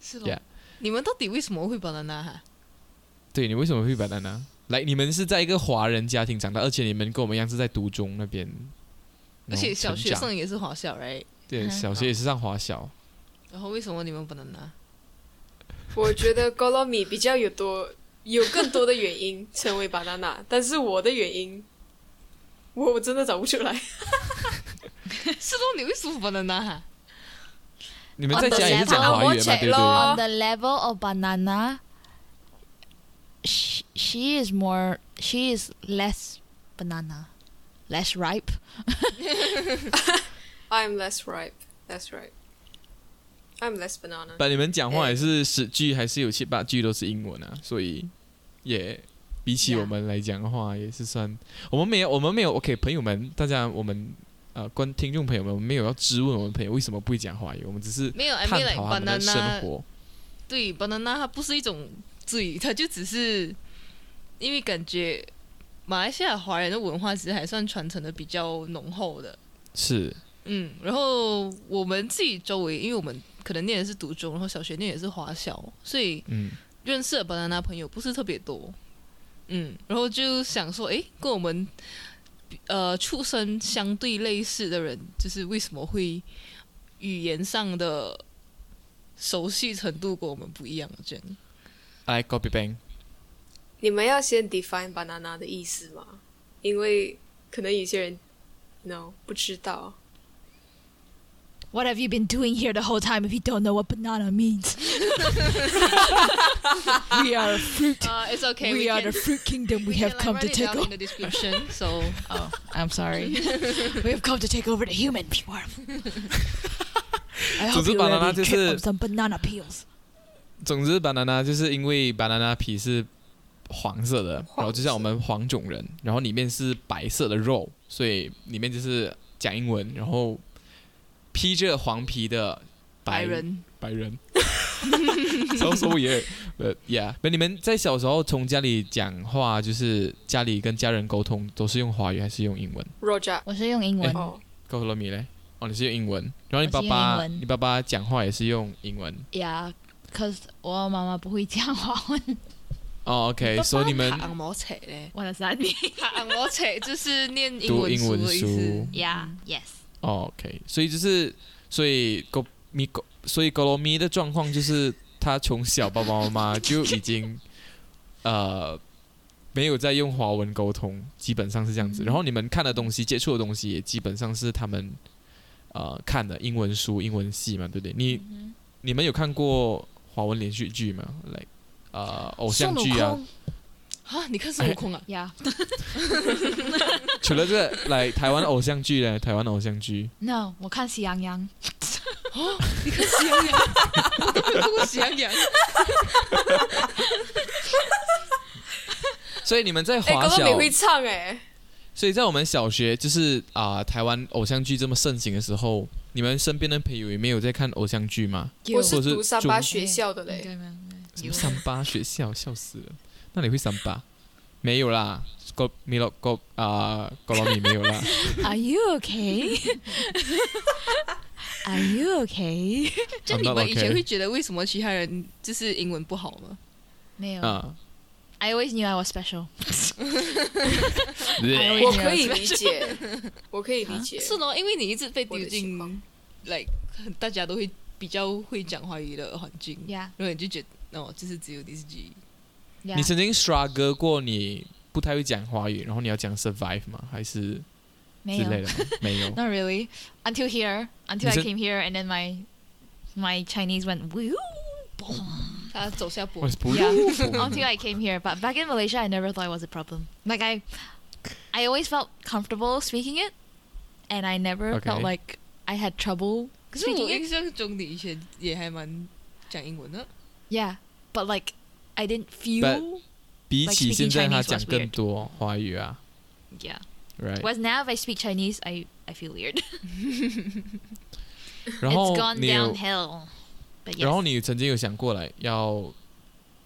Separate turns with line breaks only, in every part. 是咯
Yeah
你们到底为什么会 banana？哈
对你为什么会 banana？来，你们是在一个华人家庭长大，而且你们跟我们一样是在独中那边，
而且小学
哦成长
生也是哦华校，right？
对
嗯
小学也是上华小，
然后为什么你们 banana？
我觉得高糯米比较有多有更多的原因成为 banana，但是我的原因，我我真的找不出来。
是咯，你为什么 banana？哈
你们在家也是讲华语的嘛，对不对？
On the level of banana, she she is more she is less banana, less ripe.
I'm less ripe. That's right. I'm less banana.
把你们讲话也是十句还是有七八句都是英文啊，所以也比起
Yeah
我们来讲的话，也是算我们没有我们没有 OK 朋友们，大家我们呃观听众朋友们，我们没有要质问我们朋友为什么不会讲华语，我们只是
没有，I
探
mean like
讨他们的生
banana，
活。
对 banana 它不是一种罪，它就只是因为感觉马来西亚华人的文化其实还算传承的比较浓厚的。
是
嗯，然后我们自己周围，因为我们可能念的是独中，然后小学念也是华小，所以
嗯，
认识的 banana 朋友不是特别多。嗯，然后就想说，诶，跟我们呃出身相对类似的人，就是为什么会语言上的熟悉程度跟我们不一样？这样
来 copy bang，
你们要先 define banana 的意思吗？因为可能有些人 no 不知道。
What have you been doing here the whole time if you don't know what banana means? we are a fruit.
啊、i t s okay.
we are the fruit kingdom. We have come to take
down in
over.
the description. So
Oh, I'm sorry. we have come to take over the human people. I hope
总之
you
banana
already
就是
tripped on some banana peels.
总之 banana 就是因为 banana 皮是黄色的，然后就像我们黄种人，然后里面是白色的肉，所以里面就是讲英文，然后披着黄皮的
白人
白人，超收也，呃，yeah，那你们在小时候从家里讲话，就是家里跟家人沟通，都是用华语还是用英文？
Roger
嗯
我是用英文。
哦，
告诉了米嘞，哦，你是用英文，然后你爸
我
爸，
是用英文
你爸爸讲话也是用英文，
Yeah, cause 我妈妈不会讲华文。
哦，OK，所以你们
拍按摩车嘞，
What does that mean?
拍按摩车就是念英
读
文
英文
的意思
书。
Yeah,
嗯
yes.
哦，OK，所以就是，所以狗米狗，所以狗罗咪的状况就是，他从小爸爸妈 妈就已经，呃，没有在用华文沟通，基本上是这样子。然后你们看的东西、接触的东西，也基本上是他们，呃，看的英文书、英文系嘛，对不对？你、你们有看过华文连续剧吗？来，呃，偶像剧啊，
啊，你看孙
哎
悟空啊，
Yeah.
除了这个，来台湾偶像剧嘞，台湾偶像剧。
No，我看喜羊羊。
你看喜羊羊，我都没有看过喜羊 羊。
所以你们在
哎，
华
高
小
糯米会唱哎，
所以在我们小学，就是啊、台湾偶像剧这么盛行的时候，你们身边的朋友也没有在看偶像剧吗？
我
或
是
者是
读三八
中
学校的嘞。
什么三八学校，笑死了。那你会三八？没有啦，高米洛高啊，高老米没有 啦。
Are you okay? Are you okay?
就
I'm
你
not
们以前
okay
会觉得为什么其他人就是英文不好吗？
没有。
啊，
I always knew I was special.
对
我可以理 解，我可以理解。
是咯，因为你一直被丢进
我的情
like 很大家都会比较会讲华语的环境，
Yeah,
然后你就觉得哦，就是只有你自己。
你
yeah.
曾经刷歌过你不太会讲华语，然后你要讲 survive 吗？还是
没
之
有。
类的吗？没有。
Not really. Until here, until I
你是-
came here, and then my my Chinese went woo.
他走下坡
我，是 不
Yeah. until I came here. But back in Malaysia, I never thought it was a problem. Like I, I always felt comfortable speaking it, and I never felt
Okay.
like I had trouble
可是
speaking
我
it.
印象中你以前也还蛮讲英文的。
Yeah, but like I didn't feel.
But- 比
Like
起
speaking
现在他
Chinese was
讲
weird.
更多华语啊
yeah.
，right？
Whereas now, if I speak Chinese, I I feel weird.
然
it's
后
gone
你有
downhill. But
然后
yes.
你曾经有想过来要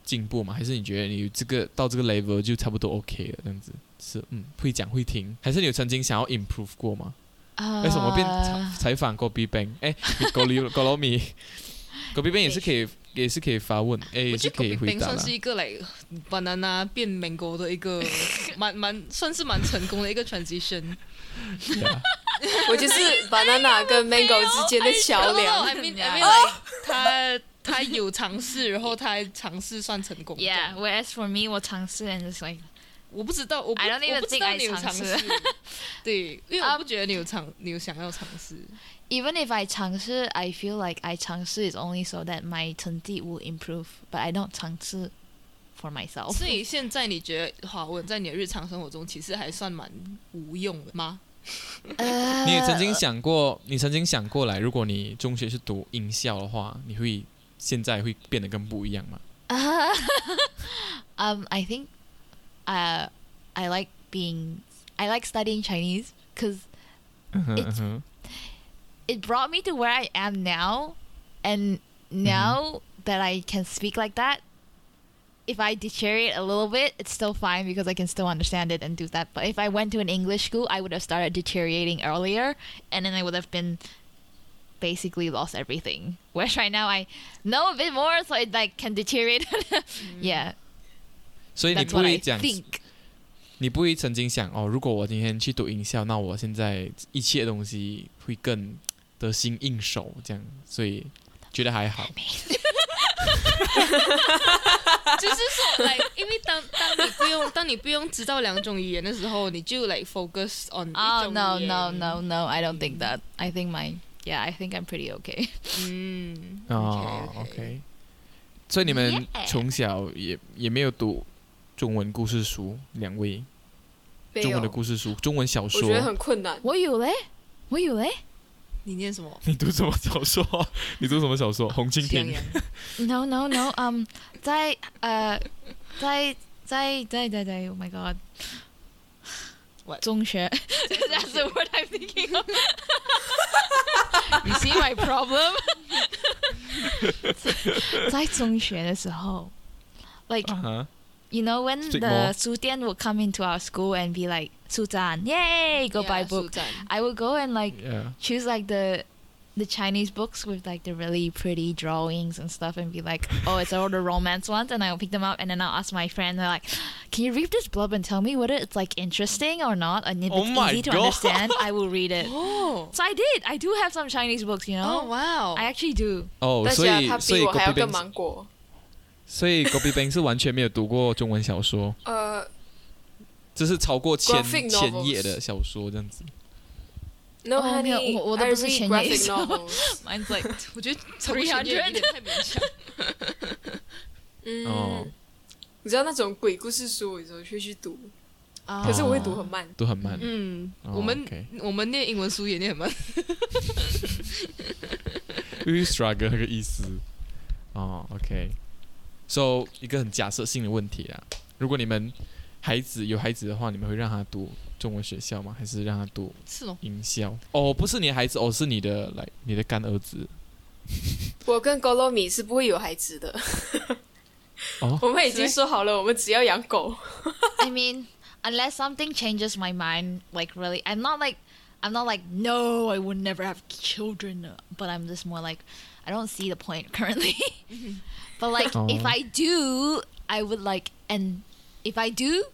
进步吗？还是你觉得你这个到这个 level 就差不多 OK 了？这样子是嗯，会讲会听，还是你有曾经想要 improve 过吗？
呃
为什么变采
Uh,
采访过 B Bang？哎，你狗里狗老米，狗 B Bang 也是可以也是可以发问，哎，也
我觉
是可
得
以
copy
回
paste
答
算
啦
是。一个来 banana 变 mango 的一个 蛮蛮算是蛮成功的一个 transition。
我就是 banana 跟 mango 之间的桥梁。
I mean I mean like 他他有尝试，然后他尝试算成功。
Yeah. Whereas for me, 我尝试 and just like
我不知道，我不
I don't even
我不知
think
道
I
你有尝
尝试。
对，因为我不觉得你有尝，你有想要尝试。
even if I 尝试 I feel like I 尝试 is only so that my 成绩 will improve, but I don't 尝试 for myself.
所以现在你觉得华文在你的日常生活中其实还算蛮无用的 吗？
呃，
你也曾经想过，你曾经想过来，如果你中学是读音校的话，你会现在会变得更不一样吗？
um, I think uh, I like being I like studying Chinese because
嗯哼
It's-
哼
it brought me to where I am now, and now that I can speak like that, if I deteriorate a little bit, it's still fine because I can still understand it and do that. But if I went to an English school, I would have started deteriorating earlier, and then I would have been basically lost everything. Whereas right now, I know a bit more, so it like can deteriorate. yeah,
所以你
that's
不
what I
会讲，
think.
你不会曾经想哦，如果我今天去读音校，那我现在一切东西会更得心应手，这样，所以觉得还好。
就是说，来，因为当当你不用当你不用知道两种语言的时候，你就来 focus on 一
Oh
种
no
语言
no no no! I don't think that. I think my yeah. I think I'm pretty okay.
嗯，
哦
OK，OK
，OK。所以你们
Yeah
从小也也没有读中文故事书，两位
没
中
有
文的，故事书、中文小
我觉得
说，哦
很困难。
我有嘞，我有嘞。
你念什么？
你读什么小说？ 你读什么小说？红蜻
天
蜓
阳。
No, no, no. Um, 在呃，在在在在在，Oh my God.
What?
中学 ，That's the word I'm thinking of. you see my problem? 在中学的时候，like
啊哈
you know when
Speak
the
more.
书店 would come into our school and be like 书展 yay go buy
Yeah，
book.
速战
I would go and like
，Yeah，
choose like the the Chinese books with like the really pretty drawings and stuff and be like, oh, it's all the romance ones, and I'll pick them up and then I'll ask my friend, they're like, can you read this blurb and tell me whether it's like interesting or not, and if
Oh
it's
my
easy to
God.
understand, I will read it.
哦
So I did. I do have some Chinese books, you
哦
Oh,
know.
哇哦
I actually do.
哦，
但是
所
啊，
以
他
所
比
以
我
Kobe
还要更
Banks，
芒果。
所以 Kobe Banks 是完全没有读过中文小说，
呃，
这是超过千
Graphic
千页
novels
的小说这样子。
No,
哦没有
honey,
我我的
I
不是
read
前
graphic
言
novels.
Mine's like
我觉得超过千页有点太勉强。
哦
嗯，，你知道那种鬼故事书，我有时候就会去读，
啊
可是我会读很慢。
都很慢。
嗯，
哦
我们
OK
我们念英文书也念很慢。
因为 struggle 那个意思。哦，OK，so 一个很假设性的问题啦。如果你们孩子有孩子的话，你们会让他读中文学校吗？还是让他读
是哦，
营校？哦，不是你的孩子，哦，是你的来你的干儿子。
我跟 g o l o m i 是不会有孩子的
哦。
我们已经说好了，我们只要养狗。
I mean, unless something changes my mind, like really, I'm not like, I'm not like, no, I would never have children. But I'm just more like, I don't see the point currently. but like, if
Oh.
I do, I would like, and if I do,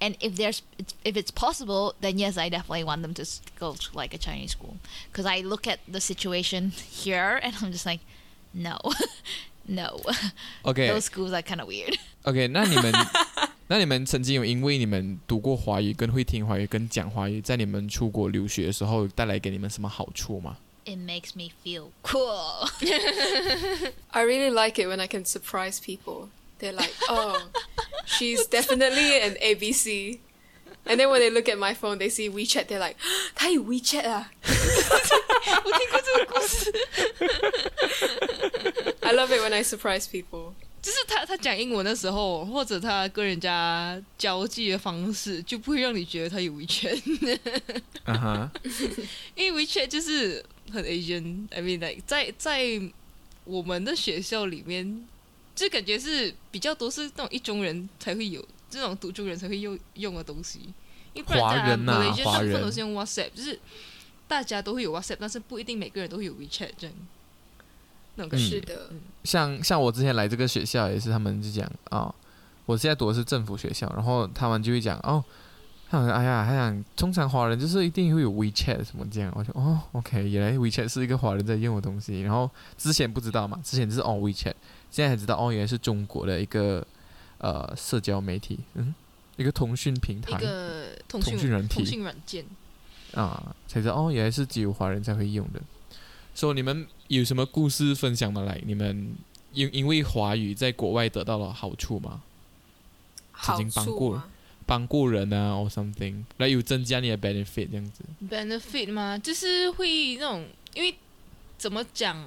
and if there's, it's- if it's possible, then yes, I definitely want them to s- go to like a Chinese school. Because I look at the situation here, and I'm just like, no, no,
OK
those schools are kind of weird.
OK，那你们 那你们曾经有因为你们读过华语、跟会听华语、跟讲华语，在你们出国留学的时候带来给你们什么好处吗？
It makes me feel cool.
I really like it when I can surprise people. They're like, oh, she's definitely an ABC. And then when they look at my phone, they see WeChat. They're like, 她有 WeChat ah." 啊！I love it when I surprise people.
就是他他讲英文的时候，或者他跟人家交际的方式，就不会让你觉得他有 WeChat，
啊哈，
因为 WeChat 就是很 Asian，I mean like 在在我们的学校里面，就感觉是比较多是那种一中人才会有，这种读中人才会用用的东西，因为不然
华人呐
大家 Malaysia
华
大部
人
分都是用 WhatsApp，就是大家都会有 WhatsApp，但是不一定每个人都会有 WeChat 这样。那种感觉。
Mm.
是的，
像像我之前来这个学校也是，他们就讲哦，我现在读的是政府学校，然后他们就会讲哦，他们哎呀，他讲通常华人就是一定会有 WeChat 什么这样，我就哦，OK，原来 WeChat 是一个华人在用的东西，然后之前不知道嘛，之前就是哦 WeChat，现在才知道哦，原来是中国的一个呃社交媒体，嗯，一个通讯平
一
台
个通
通
讯
讯软体
通讯软件，
啊，才知道哦，原来是只有华人才会用的。说、so, 你们有什么故事分享吗？来，你们因因为华语在国外得到了好处吗？曾
好
经帮
处
过
吗？
帮过人啊，or something，来有增加你的 benefit 这样子。
benefit 吗？就是会那种，因为怎么讲，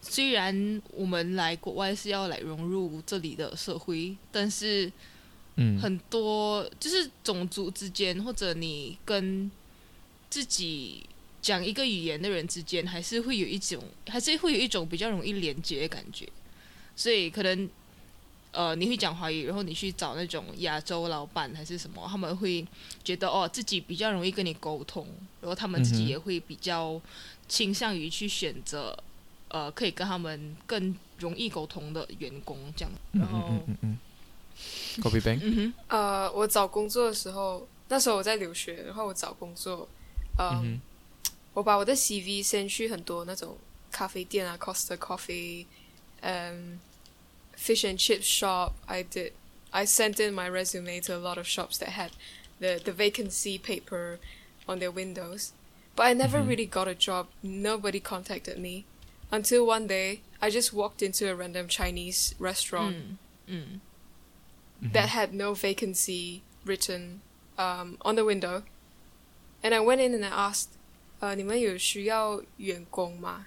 虽然我们来国外是要来融入这里的社会，但是
嗯，
很多就是种族之间，或者你跟自己讲一个语言的人之间，还是会有一种，还是会有一种比较容易连接的感觉。所以可能，呃，你会讲华语，然后你去找那种亚洲老板还是什么，他们会觉得哦，自己比较容易跟你沟通，然后他们自
嗯
己
哼
也会比较倾向于去选择，呃，可以跟他们更容易沟通的员工这样。
嗯
然后，
嗯嗯嗯嗯，copy bank，
嗯哼。
呃，Uh, 我找工作的时候，那时候我在留学，然后我找工作，呃，
嗯哼
我把我的 CV 先去很多那种咖啡店啊，Costa Coffee，嗯、f i s h and Chip Shop。I did I sent in my resume to a lot of shops that had the the vacancy paper on their windows, but I never really got a job. Nobody contacted me until one day I just walked into a random Chinese restaurant
嗯
that had no vacancy written um, on the window. And I went in and I asked, uh, 你们有需要员工吗？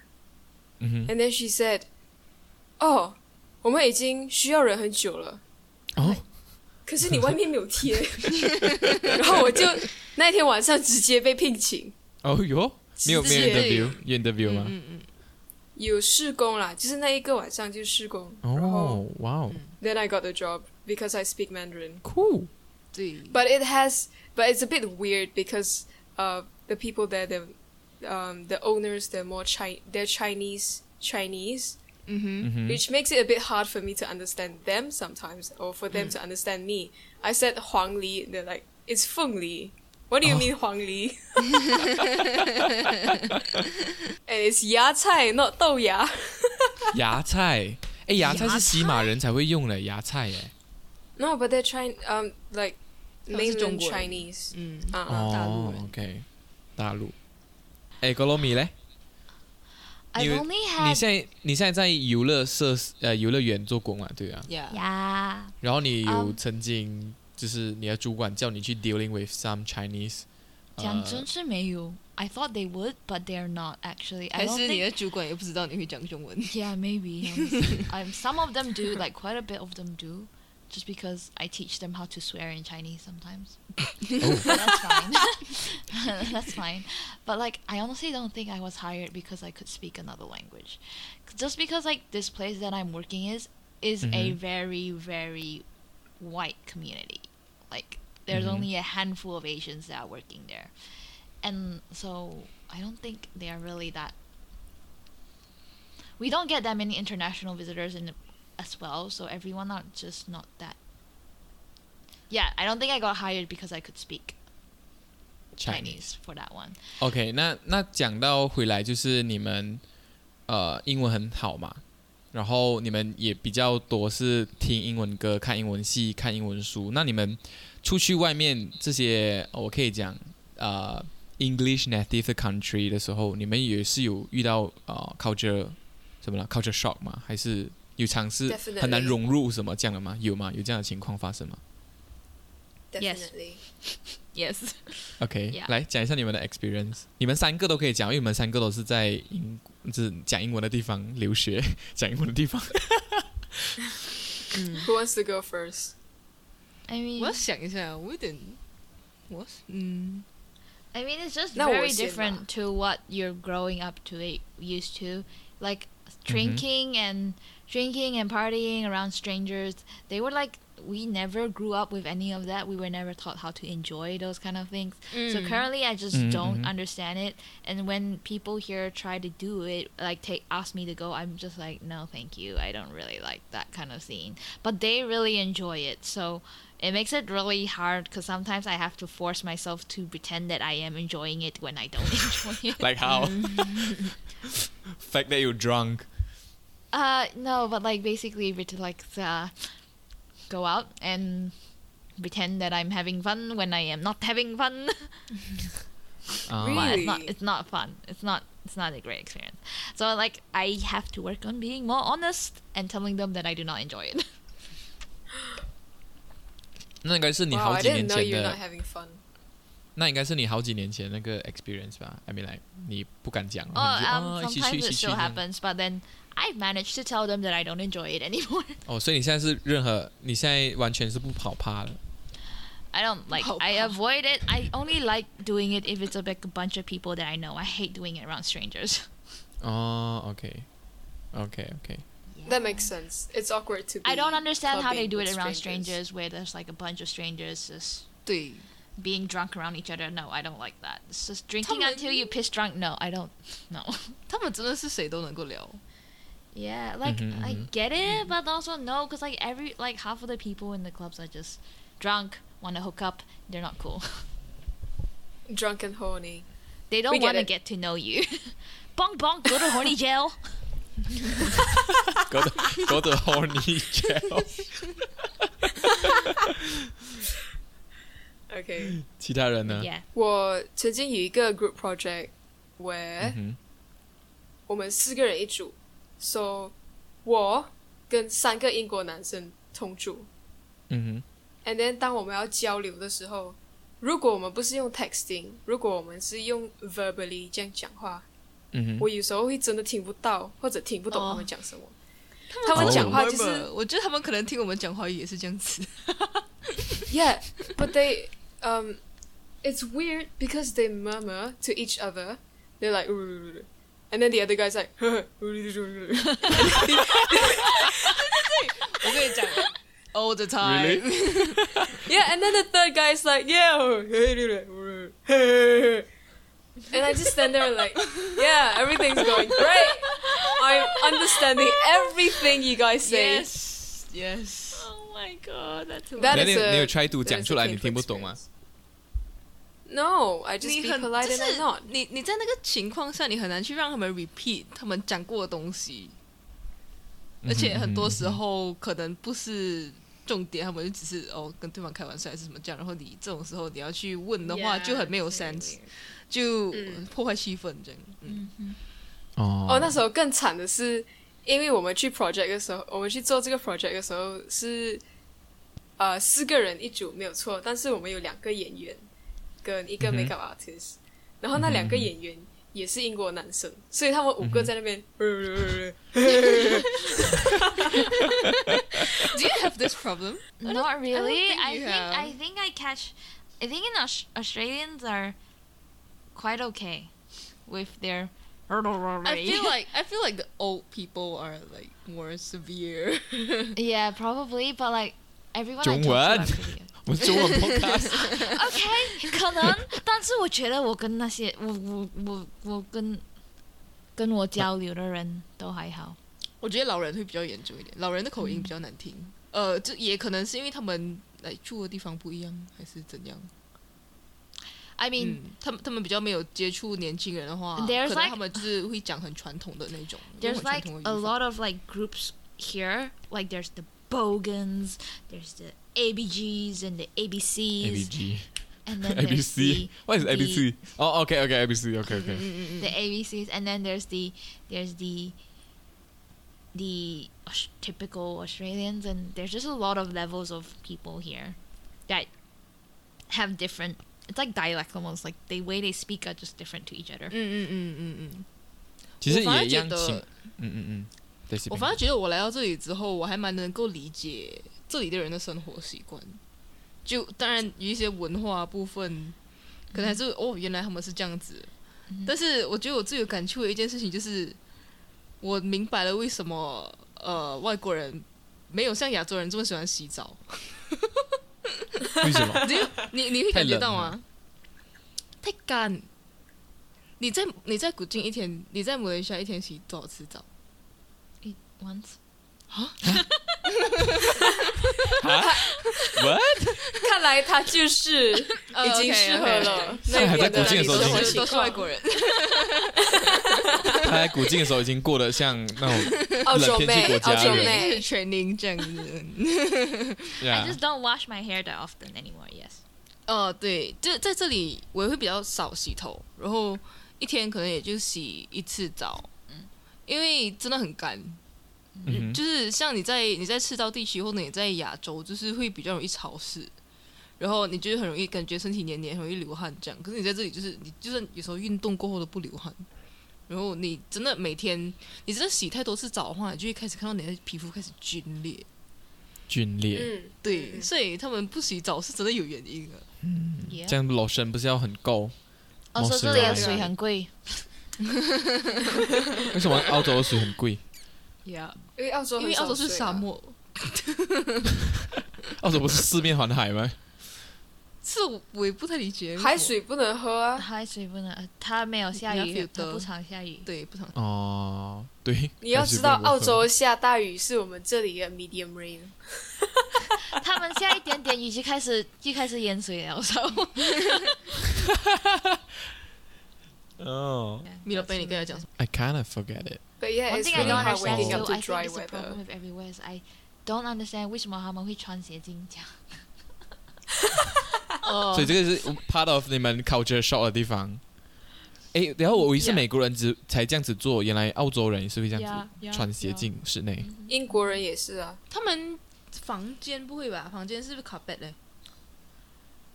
嗯哼，
And then she said, Oh, 我们已经需要人很久了。
哦，
可是你外面没有贴， 然后我就那天晚上直接被聘请，
哦哟，没有没有
直接
interview，有 interview 吗？
嗯嗯
有试工啦，就是那一个晚上就试工，然后
哦，哇哦
，then I got the job because I speak Mandarin。
，cool，
对，
But it has, but it's a bit weird because uh, the people there, the um, the owners, they're more Chi- they're Chinese Chinese,
嗯
嗯哼，
which makes it a bit hard for me to understand them sometimes, or for them to understand me. I said Huang Li, they're like, it's Feng Li. What do you
Oh.
mean Huang Li? and it's Ya Cai, not Dou Ya.
芽菜，哎，芽菜是西马人才会用的芽菜，哎，
No, but they're trying um like
他们是
mainland
中国人。
Chinese.
嗯
Uh-uh.
大陆
哦
人
，OK，大陆，哎，格罗米嘞？
I've
You-
only
你
had
现在你现在在游乐设施呃游乐园做工嘛，对啊。
，Yeah，
yeah
然后你有
嗯
曾经就是你的主管叫你去 dealing with some Chinese，呃
讲真是没有。I thought they would, but they're not actually. I
还
don't
是你
think
的主管也不知道你会讲中文。
Yeah, maybe. honestly. um, some of them do, like quite a bit of them do, just because I teach them how to swear in Chinese sometimes. But that's fine. that's fine. But like, I honestly don't think I was hired because I could speak another language. Just because like this place that I'm working is is a
Mhm.
very very white community. Like, there's
Mhm.
only a handful of Asians that are working there, and so I don't think they are really that we don't get that many international visitors in as well, so everyone are just not that. Yeah, I don't think I got hired because I could speak
Chinese。
Chinese for that one.
OK，那那讲到回来就是你们呃英文很好嘛，然后你们也比较多是听英文歌、看英文戏、看英文书。那你们出去外面这些，哦我可以讲呃 English native 的 country 的时候，你们也是有遇到呃 culture 什么了 culture shock 吗？还是有尝试
Definitely
很难融入什么这样的吗？有吗？有这样的情况发生吗
Yes.
Definitely.
Yes.
？OK，、
Yeah
来讲一下你们的 experience。你们三个都可以讲，因为你们三个都是在英，就是讲英文的地方留学， 讲英文的地 方。
Who wants to go first?
I mean,
我要想一下，我有点，我嗯
I mean, it's just
No,
very
it's
different
enough.
to what you're growing up to it- used to, like drinking and drinking and partying around strangers. They were like we never grew up with any of that. We were never taught how to enjoy those kind of things. So
Mm.
currently, I just
Mm,
don't
mhm.
understand it. And when people here try to do it, like take ask me to go, I'm just like, no, thank you. I don't really like that kind of scene. But they really enjoy it, so it makes it really hard because sometimes I have to force myself to pretend that I am enjoying it when I don't enjoy it.
Like how?
Mm.
Fact that you're drunk.
Uh, no, but like basically, we to like uh, go out and pretend that I'm having fun when I am not having fun.
啊
But it's not.
Really?
It's not fun. It's not. It's not a great experience. So like, I have to work on being more honest and telling them that I do not enjoy it.
那应该是你
Wow,
好
I
几
didn't
年
know
前
you're
的，
not having fun.
那应该是你好几年前那个 experience 吧？I mean like 你不敢讲，然
Oh,
or
后你就
um,
啊一起去一
sometimes it
起去这
still
样。
happens, but then I've managed to tell them that I don't enjoy it anymore.
哦，所以你现在是任何，你现在完全是不跑趴了。
I don't like.
Oh,
I
wow.
avoid it. I only like doing it if it's a big bunch of people that I know. I hate doing it around strangers.
哦，OK，OK，OK、o k o k
That makes sense. It's awkward to. Be
I don't understand how they
Mm. clubbing
do it
with
around strangers where there's like a bunch of strangers just
对，
being drunk around each other. No, I don't like that. It's just drinking
他们-
until you piss drunk. No, I don't. No.
他们真的是谁都能够聊。
Yeah, like
Mhm,
I
mhm.
get it, but also no, because like every like half of the people in the clubs are just drunk, want to hook up. They're not cool.
Drunk and horny.
They don't
We get
want to
it.
get to know you. bonk bonk, go to horny jail.
go to go to horny jail。
Okay.
其他人呢
Yeah.
我曾经有一个 group project where
嗯
我们四个人一组，so 我跟三个英国男生同住。
哼，嗯
And then 当我们要交流的时候，如果我们不是用 texting，如果我们是用 verbally 这样讲话，
哼，嗯
我
哼，
有时候会真的听不到或者听不懂
哦
他们讲什么。他们
哦
讲
Oh,
话就是
Murmur，我觉得他们可能听我们讲华语也是这样子。
Yeah，but they um it's weird because they murmur to each other. They're like and then the other guy's like
我跟你讲，all the time，、
Really？
Yeah, and then the third guy's like, yo And I just stand there and like, yeah, everything's going great. I'm understanding everything you guys say.
yes yes，
Oh my god, that's
That
那
is
你
a-
你有 try to
that
讲
is
出
a
来你
painful
听不懂吗？
experience. No, I just
你
be
很
polite
就
and I'm
是
not.
你你在那个情况下，你很难去让他们 repeat 他们讲过的东西，而且很多时候可能不是。重点，他们就只是哦跟对方开玩笑还是什么这样，然后你这种时候你要去问的话就很没有 sense，就
嗯
破坏气氛这样。嗯，
哦
哦，那时候更惨的是，因为我们去 project 的时候，我们去做这个 project 的时候是，呃，四个人一组没有错，但是我们有两个演员跟一个
嗯哼
makeup artist，、然后那两个演员也是英国男生，所以他们五个
嗯
在那边，
Do you have this problem？
Not really.
think
I
you
think
have.
I think I catch. I think in Aus- Australians are quite okay with their.
I feel like I feel like the old people are like more severe.
yeah, probably, but like everyone. I talk to
Jungwook.
are pretty-
我们中文 podcast，
okay, 可能，但是我觉得我跟那些我我我我跟跟我交流的人都还好。
我觉得老人会比较严重一点，老人的口
嗯
音比较难听。呃，这也可能是因为他们来住的地方不一样，还是怎样？
I mean,
嗯，他们他们比较没有接触年轻人的话
There's
可能
like-
他们就是会讲很传统的那种，用
there's
很传
like
统的
a
语法。
lot of like groups here. Like there's the Bogans, there's the ABGs and the ABCs.
ABG
and then there's
ABC 哎
the,
what is
the-
ABC？哦，OK OK ABC OK OK，
嗯嗯
the ABCs, and then there's the there's the the Aus- typical Australians, and there's just a lot of levels of people here that have different. It's like dialect almost, like the way they speak are just different to each other.
嗯嗯嗯嗯嗯嗯。
其实
我反而
也一样
觉得
情，嗯嗯嗯，对
我反而觉得我来到这里之后，我还蛮能够理解这里的人的生活习惯。就当然有一些文化部分，可能还
嗯
是、哦，原来他们是这样子。但是我觉得我最有感触的一件事情就是，我明白了为什么呃外国人没有像亚洲人这么喜欢洗 澡，
为什么？
你就你你会
太
感觉
冷
到
了
吗？太干。你在你在古晋一天，你在马来西亚一天洗多少次澡？
It once.
啊 ？What？
看来他就是已经适合
嗯
了。
那
还在古晋的时候已经
都是都是外国人，
他在古晋的时候已经过得像那 种
澳
冷
洲
天气
妹
国，家
澳洲
人
就是
妹，
training 这样 子。
呀
哎
I just don't wash my hair that often anymore. Yes.
呃，对，就在这里我也会比较少洗头，然后一天可能也就洗一次澡，嗯因为真的很干。
嗯哼
就是像你在你在赤道地区或者你在亚洲，就是会比较容易潮湿，然后你就是很容易感觉身体黏黏，很容易流汗这样。可是你在这里就是你就算有时候运动过后都不流汗，然后你真的每天你真的洗太多次澡的话，你就会开始看到你的皮肤开始皲裂。
皲裂，
嗯，
对，所以他们不洗澡是真的有原因的。啊
Yeah.
这样老神不是要很够？
Also,
毛丝
这里的
绒
水很贵。
为什么澳洲的水很贵？
Yeah，
因为澳洲
因为澳洲是沙
漠，
漠，
澳洲不是四面环海吗？
是我我也不太理解。
海水不能喝啊，
海水不能，它没有下
你要
雨，
filter
它不常下雨。
对不常
哦，对，
你要
海水
知道
不能够
澳
喝
洲下大雨是我们这里的 medium rain。
他们下一点点雨就开始就开始淹水了，我操！
哦
米老贝，你跟他讲什么？
，I kind of forget it。
But yeah,
One
it's
thing I
really
don't
not
hard
how
understand
waking
too,
up to
I think
dry
is a problem
weather.
with everywhere is I don't understand 为什么他们会穿鞋进家。
哦
所以这个是 part of 你们 culture shock 的地方。诶，然后我以为是
Yeah
美国人只才这样子做，原来澳洲人也是会这样
Yeah,
子
yeah,
穿鞋进室
嗯
内。
英国人也是啊，
他们房间不会吧？房间是不是 carpet 嘞？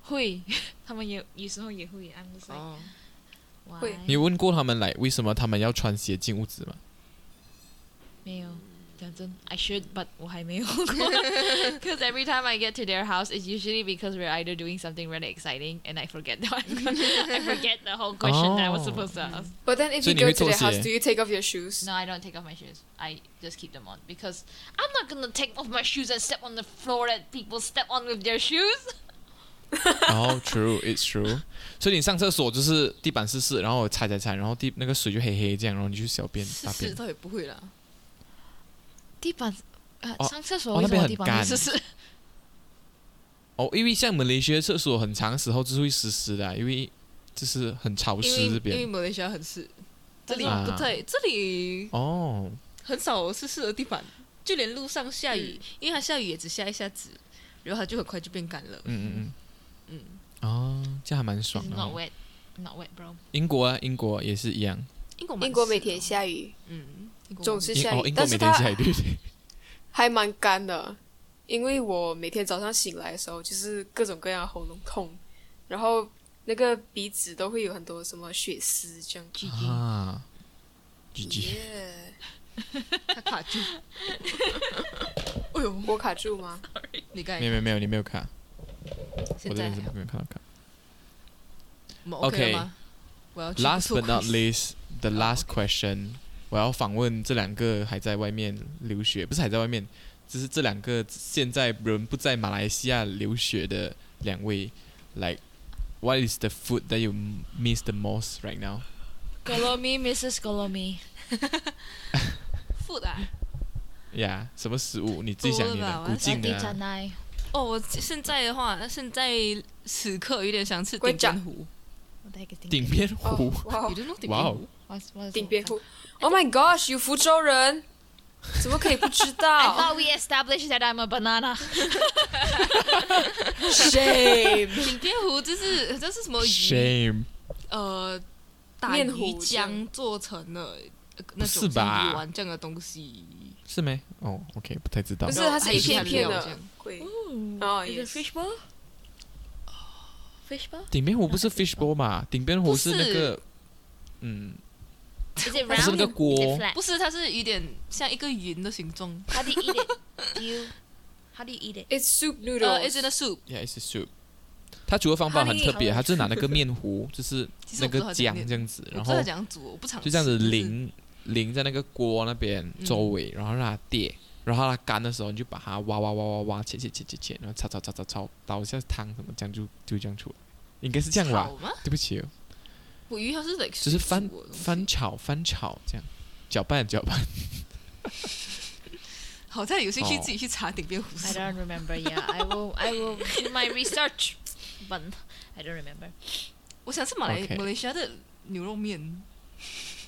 会， 他们也有时候也会。I'm just like
哦，
嗯
会
why？
你有问过他们来为什么他们要穿鞋进屋 子吗？
没有，讲真，I should but 我还没 有过。Because every time I get to their house, it's usually because we're either doing something really exciting and I forget the I forget the whole question that I was
Oh.
supposed to ask.
But then if
所以
you
你会
go to
脱
their
鞋
house, do you take off your shoes?
No, I don't take off my shoes. I just keep them on because I'm not gonna take off my shoes and step on the floor that people step on with their shoes.
哦、t r u e it's true。所以你上厕所就是地板是湿，然后我踩踩踩，然后地那个水就黑黑这样，然后你就小便
是
大
是
便。
倒也不会啦。
哦，
地板，呃，上厕所
哦，
为什
那边
么
很
地板
干。
会湿湿？
哦，因为像马来西亚厕所很长时候就是会湿湿的啊、因为就是很潮
因
湿
为
这
因为
边。
马来西亚很湿，这里
啊
不太，这里
哦，
很少是湿的地板，就连路上下雨，因为它下雨也只下一下子，然后它就很快就变干了。
嗯嗯嗯，嗯，哦，这样还蛮爽
It's
的、
not wet, not wet, bro.
英国啊，英国也是一样。
英国蛮
英国
湿
每
的
天下雨，
嗯，英国
总是
英
下
哦，
雨，
英国
但是
每天下
它
雨，对不对？
还蛮干的，因为我每天早上醒来的时候，就是各种各样的喉咙痛，然后那个鼻子都会有很多什么血丝这样。
GG.
啊，GG，
耶，
它卡住。哎呦，
我卡住吗？
你刚
没有
才
没有没有，你没有看，我
现
这
在
边
还
是
好
没有看到看。
吗
OK
？OK 了吗？我要去
Last but not least, the
哦
last question，我要访问这两个还在外面留学，不是还在外面，就是这两个现在人不在马来西亚留学的两位，like。What is the food that you miss the most right now？
Golomi, Mrs. Golomi.
food 啊。
呀、yeah,，什么食物你最想念
多了吧
的？
我
古
要
晋的、
Roti
啊、
canai.
哦，我现在的话，现在此刻有点想吃
龟
顶边
掌
糊。
What the heck is
顶
thinking?
边
哦
糊，，
哇
你
哦，
就弄顶
哇
边
哦
糊。
What's- what's-
顶 边糊！Oh my gosh，有福州人，怎么可以不知
I
道
thought we established that I'm a banana.
？Shame，
顶边糊就是这是什么鱼？
shame，
呃，打
面
鱼
糊这样
浆做成了呃那种
是吧
像鱼丸这样的东西，
是没？哦、o k 不太知道
不。是，
然后
它是
还
一
有
片
酱
片
料这
的
样，
会哦
Is it
yes
fish ball? Oh, Fish ball?
顶边糊不是 fish ball 嘛？顶边糊是那个，嗯，
Is it
不是
round?
那个
Is
锅
it flat?
不是，它是有点像一个云的形状。
How do you eat it? Do you? How do you eat it?
，It's soup
呃
noodles，
，is in a soup。
，yeah it's a soup。它煮的方法很特别，它就是拿那个面糊， 就是
其实我
那
不
个
知道怎
浆
么念
这样子，
我
然
不
后
知道怎样煮，我不常
就这样子
吃。
淋淋在那个锅那边
嗯
周围，然后让它叠，然后它干的时候，你就把它挖挖挖挖挖，切切切切切，然后炒炒炒炒炒，倒一下汤什么，这样就就这样出来，应该是这样吧
炒？吗？
对不起、哦，
捕鱼它是 like
就是翻
水煮的东西
翻炒翻炒这样，搅拌搅拌。
好在有兴趣
哦
自己去查鼎变湖
I
是
don't remember. Yeah, I will. I will do my research, but I don't remember.
我想吃马来
OK
马来西亚的牛肉面，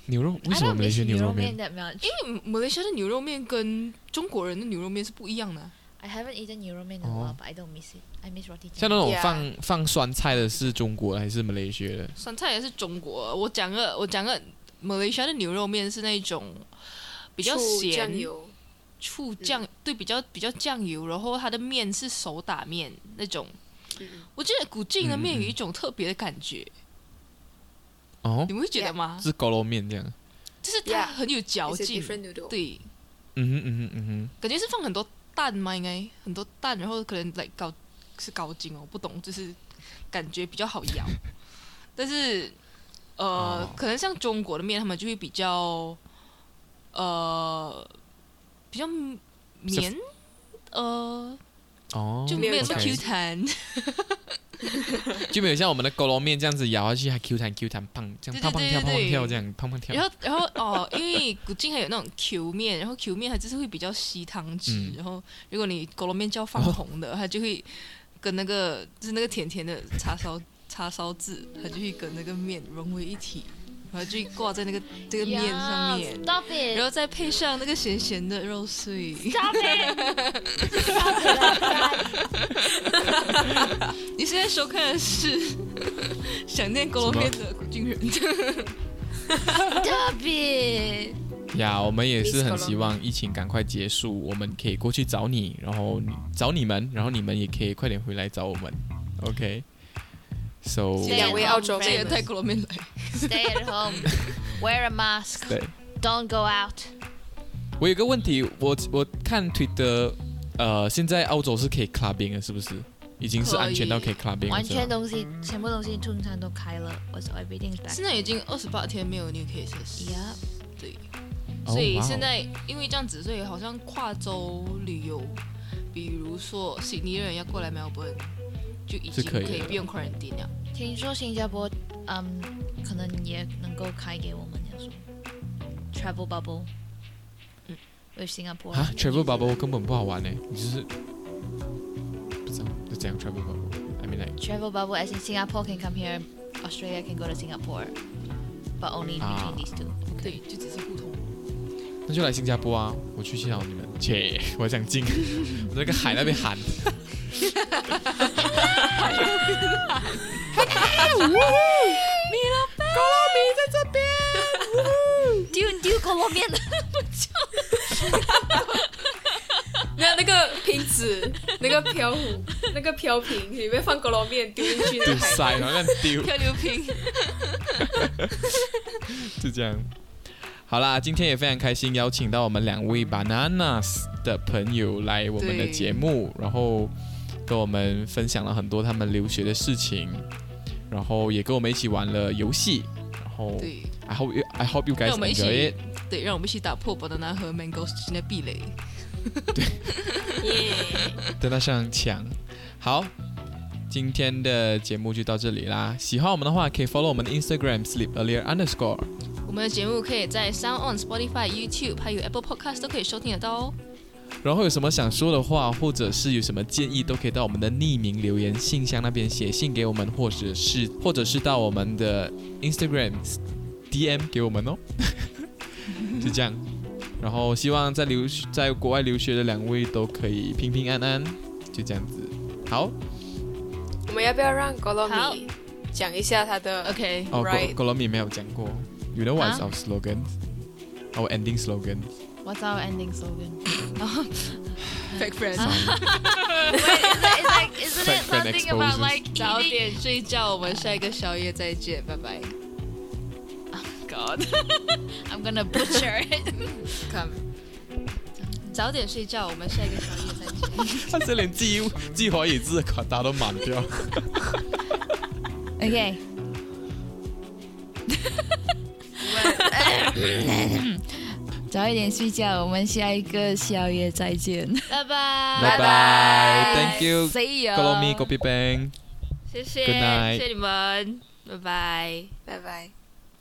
因
牛肉为
I
什么
don't
没
miss
选牛肉
noodle
面
man？that much.
为马来西亚的牛肉面跟中国人的牛肉面是不一样的啊。
I haven't eaten noodle man in a
Oh.
while, but I don't miss it. I miss roti.
像那
canai.
种
Yeah
放放酸菜的是中国的还是马来西亚的？
酸菜也是中国，我讲个我讲个马来西亚的牛肉面是那种比较
醋
咸
酱油，嗯
醋酱，对，比较比较酱油，然后它的面是手打面那种。
嗯
我觉得古晋的面
嗯嗯
有一种特别的感觉，
哦
你，们会觉得
Yeah
吗？
是高楼面这样。
就是它
Yeah
很有嚼
，it's a
劲，
different noodle。
对，
嗯哼嗯哼嗯哼。
感觉是放很多蛋嘛，应该很多蛋，然后可能来高是高筋哦，我不懂，就是感觉比较好咬。但是呃，
哦
可能像中国的面，他们就会比较呃比较绵，呃
哦，
就
没有
没有那么
嚼
Q
劲
弹，
就没有像我们的勾肉面这样子咬下去还 Q 弹 Q 弹胖，这样
对对
胖胖跳
对对
胖胖
对
跳这样胖胖跳。
然后然后哦，因为古晋还有那种 Q 面，然后 Q 面它就是会比较吸汤汁，
嗯
然后如果你狗肉面叫放红的，它就会跟那个就是那个甜甜的叉烧叉烧汁，它就会跟那个面融为一体，然后就挂在那个这个面上
Yeah,
面，
stop
然
it.
后再配上那个咸咸的肉碎。
Stop it. Stop it.
你现在收看的是 想念狗肉面的古晋人，
Stop it.
呀，我们也是很希望疫情赶快结束，我们可以过去找你，然后你找你们，然后你们也可以快点回来找我们。OK，so、
Stay
两位
at
澳
home,
洲
这也
friends
太
friends.
狗肉面了。
Stay at home. Wear a mask.
对，
Don't go out.
我有个问题，我我看 Twitter，呃，现在澳洲是可以 clubbing 了，是不是？已经是
可以
安全到可以 clubbing 了，
完全
是吧
东西，全部东西通常都开了，so everything is back.
现在已经二十八天没有 new cases。
Yeah.
对，
哦
所以
哇哦
现在因为这样子，所以好像跨州旅游，比如说悉尼人要过来 Melbourne，就已
是
经
可以的
不用 quarantine 了。
听说新加坡，嗯，可能也能够开给我们，要说 travel bubble。
嗯
，with Singapore
啊，travel bubble 根本不好玩呢，欸你就是不知道就这样 travel bubble，I mean like
travel bubble as in Singapore can come here, Australia can go to Singapore, but only
啊
between these two.
对，就只是互通。
那就来新加坡啊！我去见到你们，切，我想 进，我在那个海那边喊，
Do do Colombian
那那个瓶 子，那个瓢壶，那个瓢瓶里面放狗肉面，丢进去
丢
那个 海
塞，然后那样丢，
漂流瓶，
就这样。好啦，今天也非常开心，邀请到我们两位 bananas 的朋友来我们的
对
节目，然后跟我们分享了很多他们留学的事情，然后也跟我们一起玩了游戏，然后
对
I hope you, I hope you
让
guys
我们一起
enjoy it。
对，让我们一起打破 banana 和 mango 之间的壁垒。
登到上墙。好，今天的节目就到这里啦。喜欢我们的话，可以 follow 我们的 Instagram sleep earlier underscore。
我们的节目可以在 Sound On、Spotify、YouTube 还有 Apple Podcast 都可以收听得到哦。
然后有什么想说的话，或者是有什么建议，都可以到我们的匿名留言信箱那边写信给我们，或者是或者是到我们的 Instagram DM 给我们哦。 就这样。然后希望在留在国外留学的两位都可以平平安安，就这样子。好，
我们要不要让狗肉
好
米讲一下他的
OK，
哦，
Right.
哥哥罗米没有讲过，You know what's
啊
our slogan? Our ending slogan.
What's our ending slogan?
fake friend，
Sorry.
it's like isn't it
Fact and
something about
exposes.
like
早
eating?
点睡觉，我们下一个宵夜再见，拜拜。God。
Oh
I'm gonna butcher it.
看，早点睡觉，我们下一个小夜再见。
他是连记忆记怀疑字卡打都满掉。
Okay. 早一点睡觉，我们下一个宵夜再见。
拜
拜
拜，
拜，Thank you，
See you，
格罗米，Kopi Bang。
谢谢，
Good night
谢谢你们，拜拜。
拜拜。